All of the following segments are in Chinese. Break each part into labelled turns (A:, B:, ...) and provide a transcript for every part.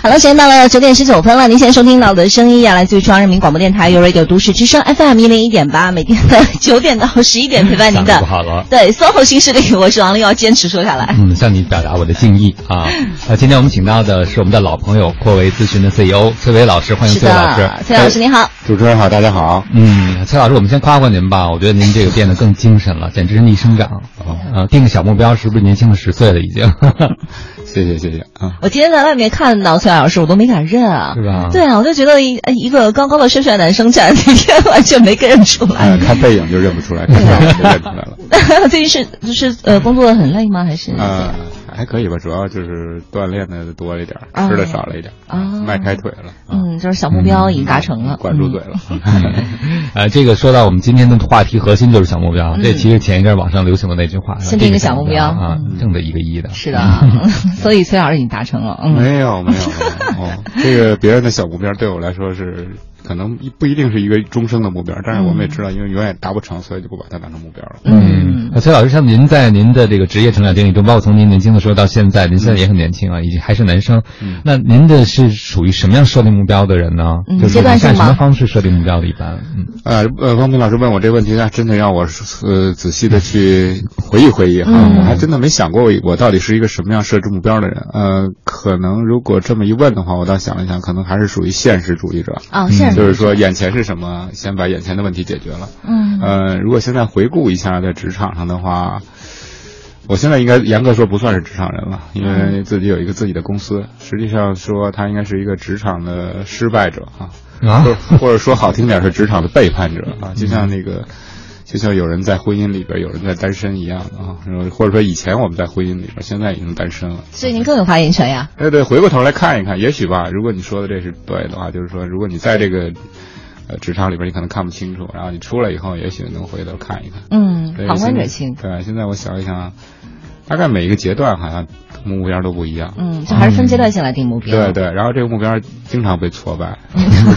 A: 好了，时间到了九点十九分了。您现在收听到的声音啊，来自于中央人民广播电台 u Radio 都市之声 FM 一零一点八，每天的 九点到十一点陪伴您
B: 嗓子
A: 的
B: 不。嗯好了。
A: 对，SOHO 新势力，我是王丽，要坚持说下来。
B: 嗯，向你表达我的敬意 啊！呃，今天我们请到的是我们的老朋友阔维咨询的 CEO 崔伟老师，欢迎
A: 是
B: 嗯崔伟老师哎
A: 的，。崔老师您好。
C: 主持人好，大家好。
B: 嗯，崔老师，我们先夸夸您吧，我觉得您这个变得更精神了，简直是逆生长啊！定个小目标，是不是年轻了十岁了 已经？
C: 谢谢谢谢啊，
A: 我今天在外面看到崔老师，我都没敢认啊。
B: 是吧
A: 对啊，我就觉得一一个高高的帅帅男生，这两天 完全没跟认出来。
C: 哎，看背影就认不 出来，看照片就认出来 了。
B: 嗯
A: 最近是就是呃工作的很累吗？还是
C: 呃，还可以吧，主要就是锻炼的多了一点儿，
A: 啊
C: 吃的少了一点儿，
A: 啊
C: 迈开腿了，
A: 嗯，就是小目标已经达
B: 嗯
A: 成了。嗯
C: 管住嘴了。 嗯
B: 呃，这个说到我们今天的话题核心就是小目标，
A: 嗯
B: 这其实前一阵网上流行的那句话，
A: 先
B: 定
A: 定个
B: 小
A: 小目标
B: 啊，挣的一个亿的
A: 嗯。是的， 所以崔老师已经达成了。嗯，
C: 没有没有， 哦，这个别人的小目标对我来说是可能一不一定是一个终生的目标，但是我们也知道，因为永远达不成，所以就不把它当成目标了。
B: 嗯，那崔老师，像您在您的这个职业成长经历中，包括从您年轻的时候到现在，您现在也很年轻啊，已经还是男生。
C: 嗯
B: 那您的是属于什么样设定目标的人呢？
A: 嗯
B: 就是
A: 阶段
B: 你
A: 性
B: 看什么
A: 吗
B: 方式设定目标的？一般，嗯，
C: 呃呃，汪斌老师问我这个问题，那真的让我呃仔细的去回忆回忆哈，
A: 嗯
C: 我还真的没想过我我到底是一个什么样设置目标的人。呃，可能如果这么一问的话，我倒想了一想，可能还是属于现实主义者，
A: 哦，是，
C: 嗯就是说眼前是什么，先把眼前的问题解决了。
A: 嗯
C: 呃，如果现在回顾一下在职场上的话，我现在应该严格说不算是职场人了，因
A: 嗯
C: 为自己有一个自己的公司，实际上说他应该是一个职场的失败者啊。
B: 啊
C: 或 或者说好听点儿是职场的背叛者啊，就像那个，就像有人在婚姻里边，有人在单身一样啊，然后或者说以前我们在婚姻里边，现在已经单身了。
A: 所以您更有发言权呀。
C: 哎，对，回过头来看一看，也许吧，如果你说的这是对的话，就是说，如果你在这个呃职场里边，你可能看不清楚，然后你出来以后，也许能回头看一看。
A: 嗯
C: 对，
A: 旁观者清。
C: 现在对，现在我想一想，大概每一个阶段好像目标都不一样。
A: 嗯，就还是分阶段性来定目标。
C: 对对，然后这个目标经常被挫败，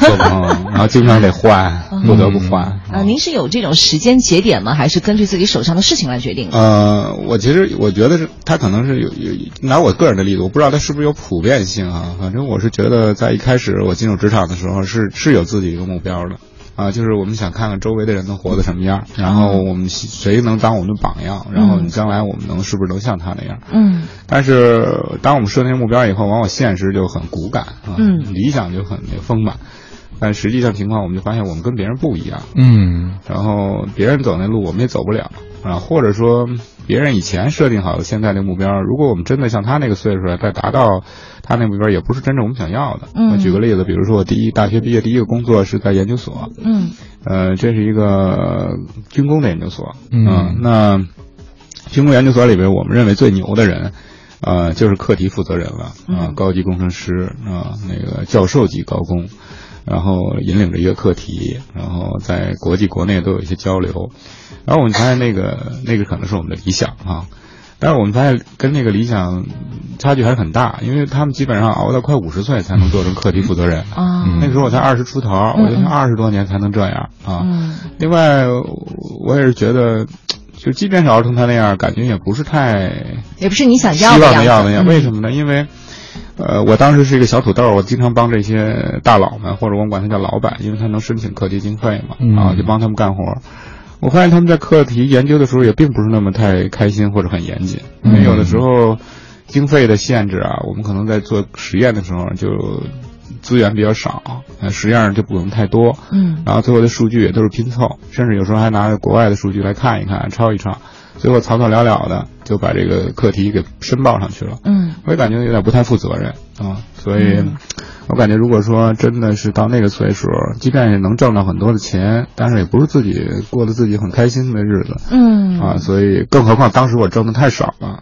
C: 做不成，然后经常得换，不得不换。
A: 啊，您是有这种时间节点吗？还是根据自己手上的事情来决定的？
C: 呃，我其实我觉得是，它可能是有有拿我个人的例子，我不知道它是不是有普遍性啊。反正我是觉得，在一开始我进入职场的时候是是有自己一个目标的啊，就是我们想看看周围的人都活得什么样，然后我们谁能当我们的榜样，然后
A: 嗯
C: 将来我们能是不是能像他那样。
A: 嗯
C: 但是当我们设定目标以后，往往现实就很骨感啊，
A: 嗯
C: 理想就很丰满，但实际上情况我们就发现我们跟别人不一样。
B: 嗯
C: 然后别人走那路我们也走不了啊，或者说别人以前设定好的现在这目标，如果我们真的像他那个岁数了，再达到他那目标，也不是真正我们想要的。
A: 嗯
C: 我举个例子，比如说我第一大学毕业第一个工作是在研究所，
A: 嗯
C: 呃，这是一个军工的研究所，啊
B: 嗯
C: 那军工研究所里边，我们认为最牛的人。呃，就是课题负责人了啊、
A: 嗯
C: 高级工程师啊、那个教授级高工，然后引领着一个课题，然后在国际国内都有一些交流，然后我们发现那个那个可能是我们的理想啊，但是我们发现跟那个理想差距还是很大，因为他们基本上熬到快五十岁才能做成课题负责人，
A: 啊
C: 那个时候我才二十出头，我就想二十多年才能这样啊。
A: 嗯
C: 另外，我也是觉得，就即便是熬成他那样，感觉也不是太
A: 也不是你想
C: 希
A: 要
C: 望
A: 的
C: 的样子
A: 子。嗯
C: 呀。为什么呢？因为，呃，我当时是一个小土豆，我经常帮这些大佬们，或者我们管他叫老板，因为他能申请课题经费嘛，
B: 嗯
C: 啊，就帮他们干活。我发现他们在课题研究的时候也并不是那么太开心或者很严谨，因为有的时候经费的限制啊，我们可能在做实验的时候就资源比较少，呃实验就不用太多，
A: 嗯
C: 然后最后的数据也都是拼凑，甚至有时候还拿着国外的数据来看一看、抄一抄，最后草草了了的就把这个课题给申报上去了。
A: 嗯
C: 我也感觉有点不太负责任啊，所以，
B: 嗯
C: 我感觉如果说真的是到那个岁数，即便是能挣到很多的钱，但是也不是自己过得自己很开心的日子
A: 嗯
C: 啊，所以更何况当时我挣的太 少了啊，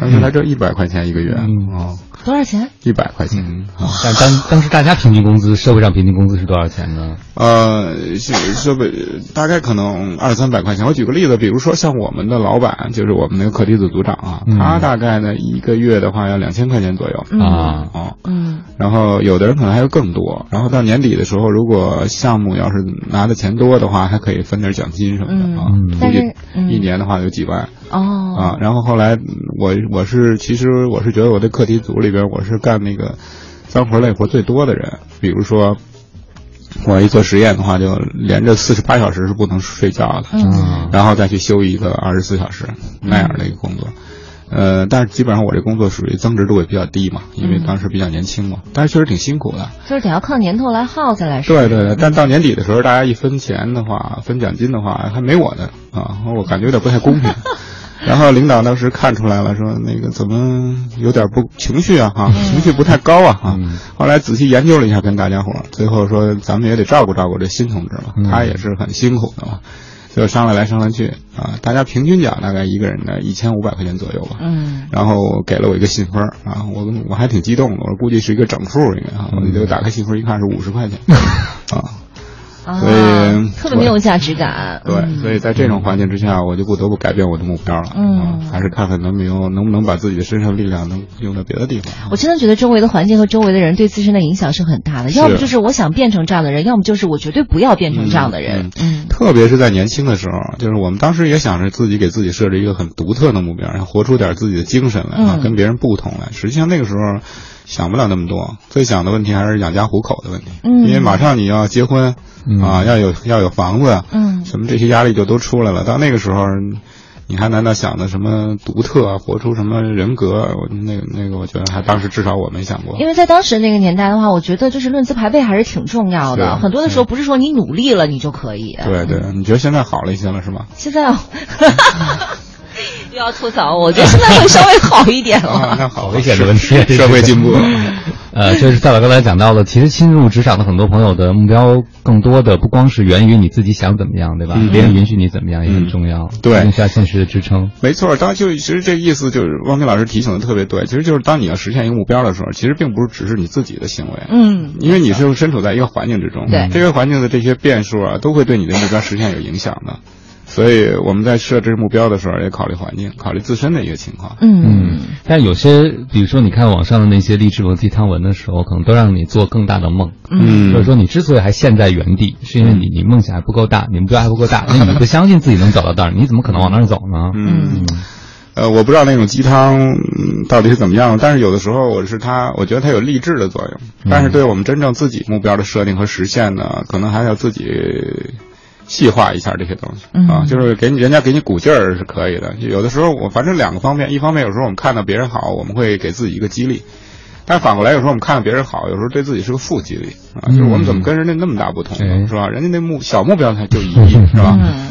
C: 当时才挣一百块钱一个月
B: 嗯
C: 啊，
A: 多少钱？
C: 一百块钱。啊
B: 嗯，但当当时大家平均工资，社会上平均工资是多少钱呢？
C: 呃，是设备大概可能二三百块钱。我举个例子，比如说像我们的老板，就是我们那个课题组组长啊，
B: 嗯
C: 他大概呢一个月的话要两千块钱左右
A: 嗯
B: 啊，
C: 哦。
A: 嗯
C: 然后有的人可能还有更多。然后到年底的时候，如果项目要是拿的钱多的话，还可以分点奖金什么的啊。
B: 嗯
C: 估
A: 但
C: 计
A: 是嗯
C: 一年的话有几万
A: 哦
C: 啊啊。然后后来嗯我我是其实我是觉得我这课题组里边我是干那个脏活累活最多的人，比如说。我一做实验的话，就连着四十八小时是不能睡觉的，
A: 嗯
C: 然后再去休一个二十四小时那样的一个工作。呃，但是基本上我这工作属于增值度也比较低嘛，因为当时比较年轻嘛，但是确实挺辛苦的。
A: 就是得要靠年头来耗再来说。
C: 对对对，但到年底的时候，大家一分钱的话，分奖金的话，还没我呢啊，我感觉有点不太 公平。然后领导当时看出来了，说那个怎么有点不情绪啊哈、情绪不太高啊哈、
B: 嗯
C: 后来仔细研究了一下，跟大家伙儿，最后说咱们也得照顾照顾这新同志嘛，
B: 嗯
C: 他也是很辛苦的嘛。就商量来商量去啊，大家平均奖大概一个人呢一千五百块钱左右吧。
A: 嗯，
C: 然后给了我一个信封儿啊，我我还挺激动的，我估计是一个整数应该啊，我就打开信封一看是五十块钱啊，
A: 啊
C: 所以，
A: 特别没有价值感。
C: 对，所以在这种环境之下，我就不得不改变我的目标了，
A: 嗯
C: 啊还是看看能没有能不能把自己的身上力量能用到别的地方。啊
A: 我真的觉得周围的环境和周围的人对自身的影响是很大的，要么
C: 是
A: 就是我想变成这样的人，要么就是我绝对不要变成这样的人。嗯
C: 特别是在年轻的时候，就是我们当时也想着自己给自己设置一个很独特的目标，要活出点自己的精神来啊
A: 嗯，
C: 跟别人不同来。实际上那个时候想不了那么多，最想的问题还是养家糊口的问题，
A: 嗯
C: 因为马上你要结婚
B: 嗯
C: 啊，要有要有房子，
A: 嗯
C: 什么这些压力就都出来了。到那个时候。你还难道想的什么独特啊，活出什么人格啊？我那个那个，我觉得还当时至少我没想过。
A: 因为在当时那个年代的话，我觉得就是论资排辈还是挺重要的。
C: 是
A: 很多的时候不是说你努力了你就可以。
C: 对对，你觉得现在好了一些了是吗？
A: 现在啊又要吐槽我，我觉 得现在会稍微 好一点了。
C: 啊，那好
B: 危险的问题
C: 社会进步。
B: 呃，就是赛老刚才讲到了，其实新入职场的很多朋友的目标，更多的不光是源于你自己想怎么样，对吧？
C: 嗯
B: 别人允许你怎么样也很重要，
C: 对
B: 一定需要现实的支撑。
C: 没错，当就其实这意思就是汪明老师提醒的特别对，其实就是当你要实现一个目标的时候，其实并不是只是你自己的行为，
A: 嗯，
C: 因为你是身处在一个环境之中，
A: 对
C: 这个环境的这些变数啊，都会对你的目标实现有影响的。所以我们在设置目标的时候，也考虑环境，考虑自身的一个情况。
A: 嗯，
B: 但有些，比如说你看网上的那些励志文、鸡汤文的时候，可能都让你做更大的梦。
C: 嗯
B: 就是说你之所以还陷在原地，是因为你你梦想还不够大，你目标还不够大，那你不相信自己能走到那儿，你怎么可能往那儿走呢？
C: 嗯，呃，我不知道那种鸡汤嗯到底是怎么样，但是有的时候我是它，我觉得它有励志的作用，但是对我们真正自己目标的设定和实现呢，可能还要自己细化一下这些东西啊，就是给你人家给你鼓劲儿是可以的。有的时候我反正两个方面，一方面有时候我们看到别人好，我们会给自己一个激励。但反过来，有时候我们看到别人好，有时候对自己是个负激励啊，就是我们怎么跟人家那么大不同呢，
B: 哎
C: 是吧？人家那目小目标才就一亿，是吧？
A: 嗯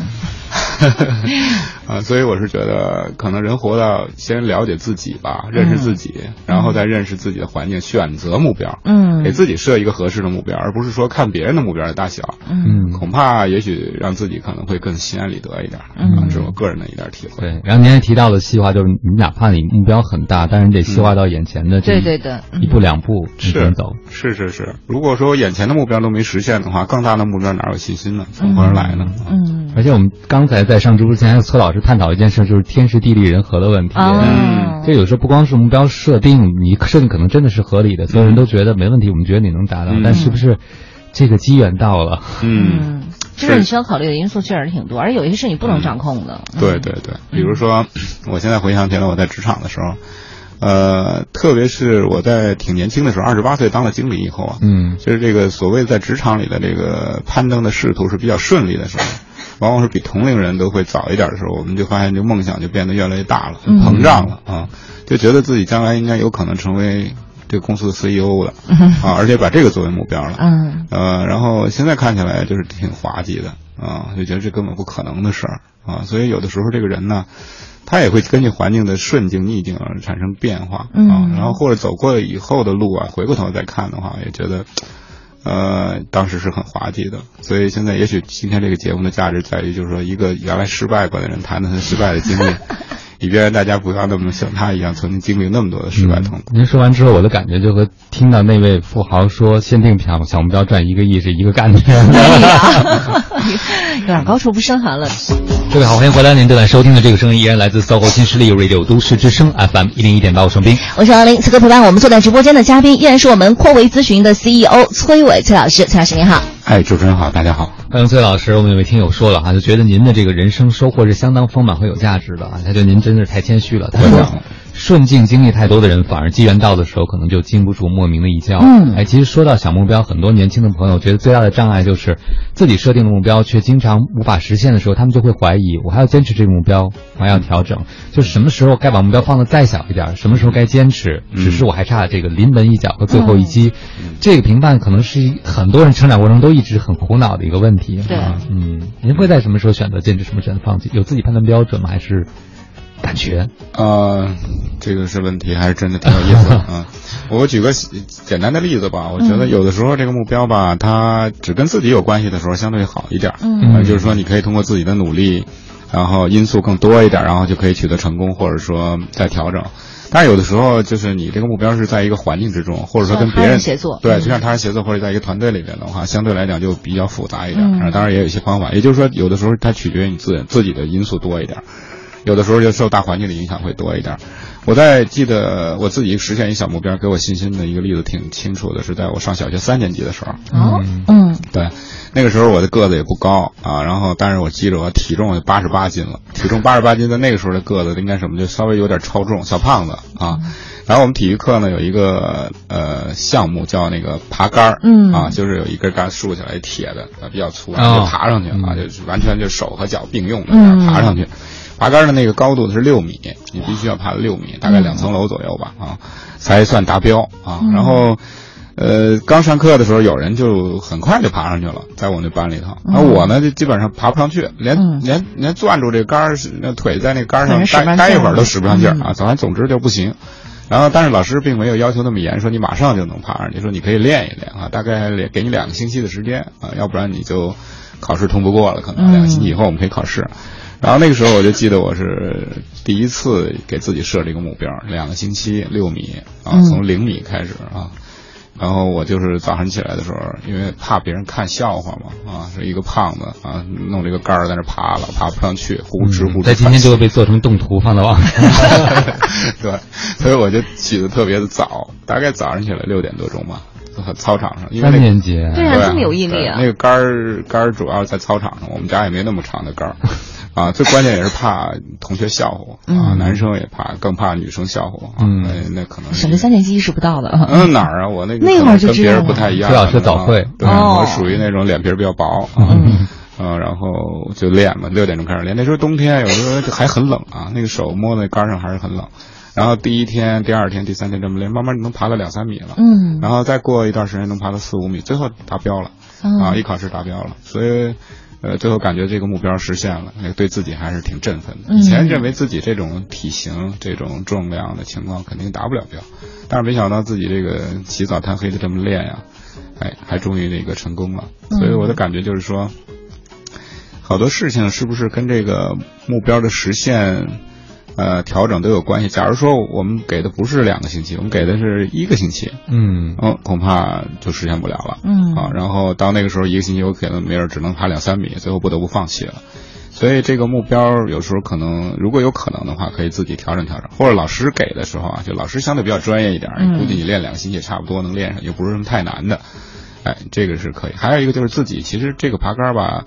C: 啊，所以我是觉得，可能人活到先了解自己吧，认识自己，然后再认识自己的环境，选择目标，
A: 嗯
C: 给自己设一个合适的目标，而不是说看别人的目标的大小，
B: 嗯，
C: 恐怕也许让自己可能会更心安理得一点，
A: 嗯
C: 啊，这是我个人的一点体会。
B: 对。然后您还提到的细化，就是你哪怕你目标很大，但是你得细化到眼前的这一
A: 对对对，嗯
B: 一步两步你才
C: 嗯是
B: 能走。
C: 是是是，如果说眼前的目标都没实现的话，更大的目标哪有信心呢？从何而来呢？啊
A: 嗯
B: 而且我们刚才在上直播之前，还和崔老师探讨一件事，就是天时地利人和的问题。
A: 啊，
B: 就有时候不光是目标设定，你设定可能真的是合理的，所有人都觉得没问题，我们觉得你能达到，
C: 嗯
B: 但是不是这个机缘到了？
C: 嗯
A: 嗯，就是你需要考虑的因素确实挺多，而有一些是你不能掌控的。嗯
C: 对对对，比如说， 我现在回想起来我在职场的时候，呃，特别是我在挺年轻的时候，二十八岁当了经理以后啊，
B: 嗯
C: 就是这个所谓在职场里的这个攀登的仕途是比较顺利的时候，往往是比同龄人都会早一点的时候，我们就发现这梦想就变得越来越大了，膨胀了啊，就觉得自己将来应该有可能成为这个公司的 CEO 了啊，而且把这个作为目标了。
A: 嗯
C: 呃，然后现在看起来就是挺滑稽的啊，就觉得这根本不可能的事儿啊，所以有的时候这个人呢，他也会根据环境的顺境逆境而产生变化啊
A: 嗯，
C: 然后或者走过以后的路啊，回过头再看的话，也觉得。呃，当时是很滑稽的，所以现在也许今天这个节目的价值在于，就是说一个原来失败过的人谈谈他失败的经 历，以便大家不要那么像他一样曾经经历那么多的失败痛苦。
B: 您说完之后，我的感觉就和听到那位富豪说限定小小目标赚一个亿是一个概念。
A: 哎呀，有点高处不胜寒了。
B: 各位好，欢迎回来，您正在收听的这个声音依然来自搜狐新势力 Radio 都市之声 FM 一零一点八，我双斌。
A: 我是王琳，此刻陪伴我们坐在直播间的嘉宾依然是我们阔维咨询的 CEO 崔伟崔老师，崔老师您好。
C: 哎，主持人好，大家好。
B: 欢迎崔老师，我们有位听友说了哈，就啊觉得您的这个人生收获是相当丰满和有价值的啊，他觉得您真是太谦虚了。他
C: 不
B: 说
C: 敢，
B: 顺境经历太多的人，反而机缘到的时候，可能就经不住莫名的一叫。
A: 嗯
B: 哎，其实说到小目标，很多年轻的朋友觉得最大的障碍就是自己设定的目标，却经常无法实现的时候，他们就会怀疑：我还要坚持这个目标，我还要调整。就是什么时候该把目标放得再小一点，什么时候该坚持，只是我还差这个临门一脚和最后一击。
C: 嗯
B: 这个评判可能是一很多人成长过程中都一直很苦恼的一个问题。
A: 对
B: 啊嗯，您会在什么时候选择坚持，什么时候选择放弃？有自己判断标准吗？还是感觉？
C: 啊，这个是问题，还是真的挺有意 思的啊。我举个简单的例子吧，我觉得有的时候这个目标吧，它只跟自己有关系的时候，相对好一点儿。
A: 嗯
C: 呃就是说你可以通过自己的努力，然后因素更多一点儿，然后就可以取得成功，或者说再调整。但是有的时候，就是你这个目标是在一个环境之中，或者说跟
A: 像他
C: 别
A: 人
C: 人
A: 协作
C: 对，
A: 嗯
C: 就像他人协作或者在一个团队里边的话，相对来讲就比较复杂一点
A: 嗯
C: 儿。啊当然也有一些方法，也就是说，有的时候它取决于你自自己的因素多一点儿。有的时候就受大环境的影响会多一点儿。我在记得我自己实现一小目标给我信心的一个例子挺清楚的，是在我上小学三年级的时候。
A: 哦，嗯，
C: 对，那个时候我的个子也不高啊，然后但是我记着我体重八十八斤了，体重八十八斤，在那个时候的个子应该什么就稍微有点超重，小胖子啊。然后我们体育课呢有一个呃项目叫那个爬杆儿，
A: 嗯
C: 啊，就是有一根杆竖起来铁的，啊比较粗，
B: 哦
C: 然后就爬上去啊，
B: 嗯
C: 就是完全就手和脚并用的啊
A: 嗯
C: 爬上去。爬杆儿的那个高度是六米，你必须要爬六米，大概两层楼左右吧啊，才算达标啊。然后。呃，刚上课的时候，有人就很快就爬上去了，在我那班里头。然后我呢，就基本上爬不上去，连、
A: 嗯
C: 连连攥住这杆儿，那腿在那杆儿上
A: 反正使不上
C: 待待一会儿
A: 劲儿
C: 都使不上劲儿
A: 嗯
C: 啊。反正总之就不行。然后，但是老师并没有要求那么严，说你马上就能爬上去，说你可以练一练啊，大概给给你两个星期的时间啊，要不然你就考试通不过了，可能
A: 嗯
C: 两个星期以后我们可以考试。然后那个时候我就记得我是第一次给自己设这个目标，两个星期六米啊，
A: 嗯
C: 从零米开始啊。然后我就是早上起来的时候，因为怕别人看笑话嘛，啊，是一个胖子啊，弄这个杆儿在那爬了，爬不上去，呼哧呼
B: 嗯
C: 哧。
B: 在今天就 会被做成动图放到网上。
C: 对，所以我就起得特别的早，大概早上起来六点多钟吧，操场 上，因为
B: 三
C: 那个。
B: 年级，
A: 对啊，
C: 对
A: 这么有毅力啊
C: 对那！个杆儿杆儿主要在操场上，我们家也没那么长的 杆儿，啊，最关键也是怕同学笑话我，啊，
A: 嗯
C: 男生也怕，更怕女生笑话我，啊
B: 嗯
C: 那那可能
A: 省得三年级意识不到了啊。
C: 嗯，哪儿啊？我那个
A: 那会儿就
C: 跟别
A: 知
C: 人
A: 道
C: 不太一样，
B: 最好是早
C: 可能
B: 会
C: 对，
A: 哦
C: 我属于那种脸皮儿比较薄啊，
A: 嗯
C: 嗯，然后就练嘛，六点钟开始练。那时候冬天，啊有的时候就还很冷啊，那个手摸那杆上还是很冷。然后第一天、第二天、第三天这么练，慢慢能爬到两三米了。
A: 嗯
C: 然后再过一段时间能爬到四五米，最后达标了
A: 嗯
C: 啊！一考试达标了，所以呃，最后感觉这个目标实现了，也对自己还是挺振奋的。
A: 嗯
C: 以前认为自己这种体型、这种重量的情况肯定达不了标，但是没想到自己这个起早贪黑的这么练呀、哎，还终于那个成功了。所以我的感觉就是说，好多事情是不是跟这个目标的实现？呃，调整都有关系。假如说我们给的不是两个星期，我们给的是一个星期，
B: 嗯，
C: 嗯，恐怕就实现不了了。
A: 嗯
C: 啊，然后到那个时候，一个星期有可能没准只能爬两三米，最后不得不放弃了。所以这个目标有时候可能，如果有可能的话，可以自己调整调整，或者老师给的时候啊，就老师相对比较专业一点，
A: 嗯
C: 估计你练两个星期也差不多能练上，也不是什么太难的。哎，这个是可以。还有一个就是自己，其实这个爬杆儿吧，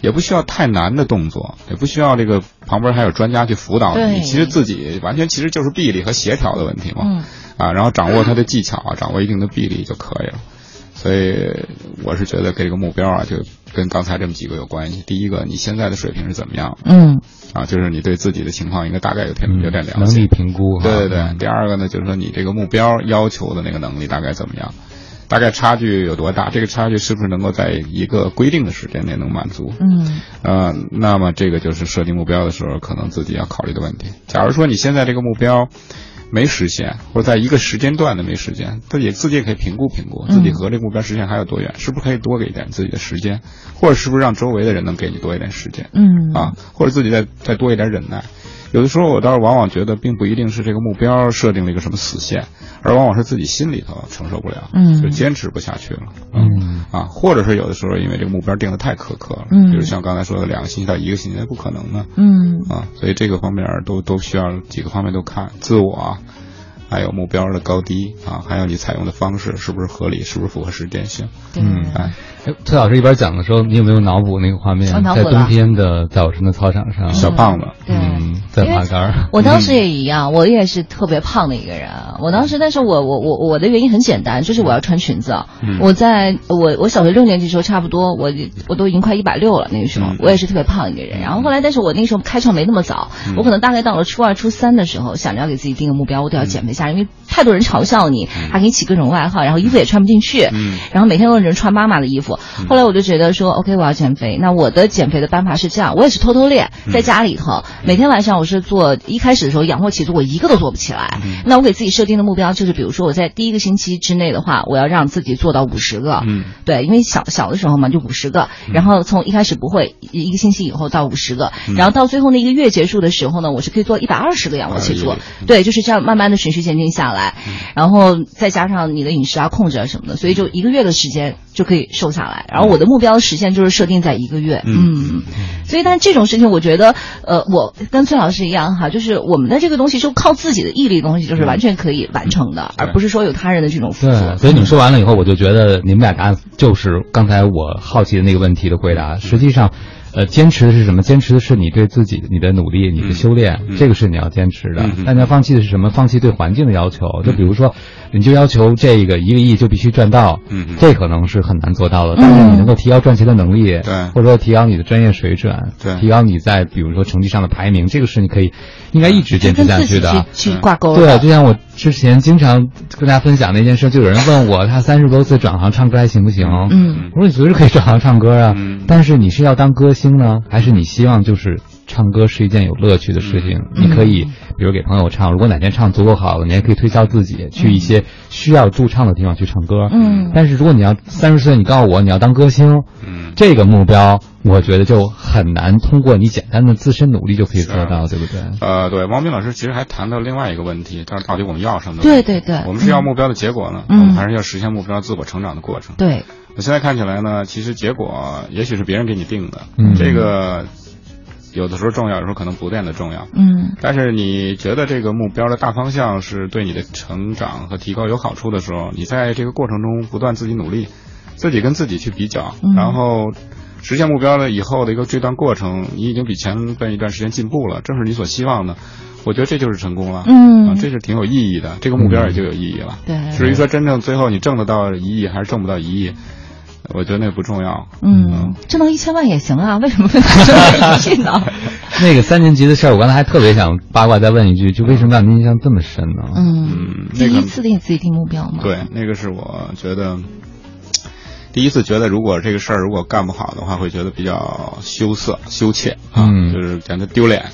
C: 也不需要太难的动作，也不需要这个旁边还有专家去辅导
A: 对
C: 你，其实自己完全其实就是臂力和协调的问题嘛。
A: 嗯
C: 啊，然后掌握它的技巧啊，掌握一定的臂力就可以了。所以我是觉得跟这个目标啊，就跟刚才这么几个有关系。第一个，你现在的水平是怎么样
A: 嗯
C: 啊？就是你对自己的情况应该大概有点有点了
B: 嗯能力嗯
C: 解。
B: 评估哈，
C: 对对对。第二个呢，就是说你这个目标要求的那个能力大概怎么样？大概差距有多大？这个差距是不是能够在一个规定的时间内能满足？
A: 嗯
C: 呃，那么这个就是设定目标的时候可能自己要考虑的问题。假如说你现在这个目标没实现，或者在一个时间段的没实现，自己自己也可以评估评
A: 嗯
C: 估，自己和这个目标实现还有多远，是不是可以多给一点自己的时间，或者是不是让周围的人能给你多一点时间
A: 嗯
C: 啊，或者自己再再多一点忍耐。有的时候，我倒是往往觉得，并不一定是这个目标设定了一个什么死线，而往往是自己心里头承受不了，
A: 嗯
C: 就坚持不下去了。
B: 嗯，
C: 啊，或者是有的时候因为这个目标定的太苛刻了，
A: 嗯
C: 比如像刚才说的两个星期到一个星期，那不可能的
A: 嗯
C: 啊，所以这个方面儿都都需要几个方面都看，自我啊，还有目标的高低啊，还有你采用的方式是不是合理，是不是符合实践性。
A: 对
B: 嗯
C: 哎，
B: 哎崔老师一边讲的时候，你有没有脑补那个画面
A: 哦？脑补了
B: 在冬天的早晨的操场
A: 嗯
B: 上，
C: 小胖子，
A: 对。
B: 嗯，在爬杆儿，
A: 我当时也一样，我也是特别胖的一个人。我当时，但是我我我我的原因很简单，就是我要穿裙子。
C: 嗯
A: 我在我我小学六年级的时候，差不多我我都已经快一百六了，那个时候、
C: 嗯
A: 我也是特别胖一个人。然后后来，但是我那时候开窍没那么早，
C: 嗯
A: 我可能大概到了初二、初三的时候，想着要给自己定个目标，我得要减肥下来，
C: 嗯
A: 因为太多人嘲笑你，还给你起各种外号，然后衣服也穿不进去。
C: 嗯
A: 然后每天都是穿妈妈的衣服。后来我就觉得说，OK，我要减肥。那我的减肥的办法是这样，我也是偷偷练，在家里头，每天晚上我是做，一开始的时候仰卧起坐，我一个都做不起来。那我给自己设定的目标就是，比如说我在第一个星期之内的话，我要让自己做到五十个。
C: 嗯
A: 对，因为小小的时候嘛，就五十个，然后从一开始不会，一一个星期以后到五十个，然后到最后那个月结束的时候呢，我是可以做一百二十个仰卧起坐
C: 120。
A: 对，就是这样慢慢的循序渐进下来，然后再加上你的饮食啊控制啊什么的，所以就一个月的时间就可以瘦下来。然
B: 嗯
A: 后我的目标实现就是设定在一个月，嗯，所以但这种事情我觉得，呃，我跟崔老师一样哈，就是我们的这个东西就靠自己的毅力的东西，就是完全可以完成的，而不是说有他人的这种嗯辅
B: 嗯对，
A: 助。
B: 所以你们说完了以后，我就觉得你们俩答案就是刚才我好奇的那个问题的回答。实际上，呃，坚持的是什么？坚持的是你对自己、你的努力、你的修炼，这个是你要坚持的。
C: 嗯嗯嗯
B: 但你要放弃的是什么？放弃对环境的要求。就比如说，你就要求这个一个亿就必须赚到，
C: 嗯嗯
B: 这可能是很难做到的。但是
A: 嗯
B: 你能够提高赚钱的能力，
C: 对
B: 或者说提高你的专业水准，
C: 对
B: 提高你在比如说成绩上的排名，这个是你可以应该一直
A: 就
B: 坚持
A: 跟
B: 下
A: 自
B: 去
A: 己
B: 的。
A: 去去挂钩
B: 对
A: 了
B: 就像我之前经常跟大家分享的一件事，就有人问我，他三十多岁转行唱歌还行不行？
A: 嗯，
B: 我说你随时可以转行唱歌啊，
C: 嗯
B: 但是你是要当歌星呢，还是你希望就是唱歌是一件有乐趣的事情？
A: 嗯
B: 你可以比如给朋友唱，如果哪天唱足够好了，你也可以推销自己，去一些需要驻唱的地方去唱歌。
A: 嗯
B: 但是如果你要三十岁，你告诉我你要当歌星，
C: 嗯
B: 这个目标我觉得就很难通过你简单的自身努力就可以做
C: 是
B: 到，对不对？
C: 呃，对，汪斌老师其实还谈到另外一个问题，但是到底我们要什么？
A: 对对对
C: 我们是要目标的结果呢，
A: 嗯
C: 我们还是要实现目标自我成长的过程？
A: 对，
C: 我现在看起来呢，其实结果也许是别人给你定的，
B: 嗯
C: 这个有的时候重要，有时候可能不见得重要。
A: 嗯
C: 但是你觉得这个目标的大方向是对你的成长和提高有好处的时候，你在这个过程中不断自己努力，自己跟自己去比较，
A: 嗯
C: 然后实现目标了以后的一个这段过程，你已经比前段一段时间进步了，正是你所希望的，我觉得这就是成功了。啊，
A: 嗯，
C: 这是挺有意义的，这个目标也就有意义了。
A: 对，
C: 至于说真正最后你挣得到一亿还是挣不到一亿，我觉得那不重要。
A: 嗯，挣到一千万也行啊，为什么 非要挣到一亿呢？
B: 那个三年级的事儿，我刚才还特别想八卦再问一句，就为什么让您印象这么深呢？
A: 嗯，第
C: 那个
A: 一次给自己定目标嘛，
C: 对，那个是我觉得第一次觉得，如果这个事儿如果干不好的话，会觉得比较羞涩、羞怯啊，
B: 嗯
C: 就是感觉丢脸。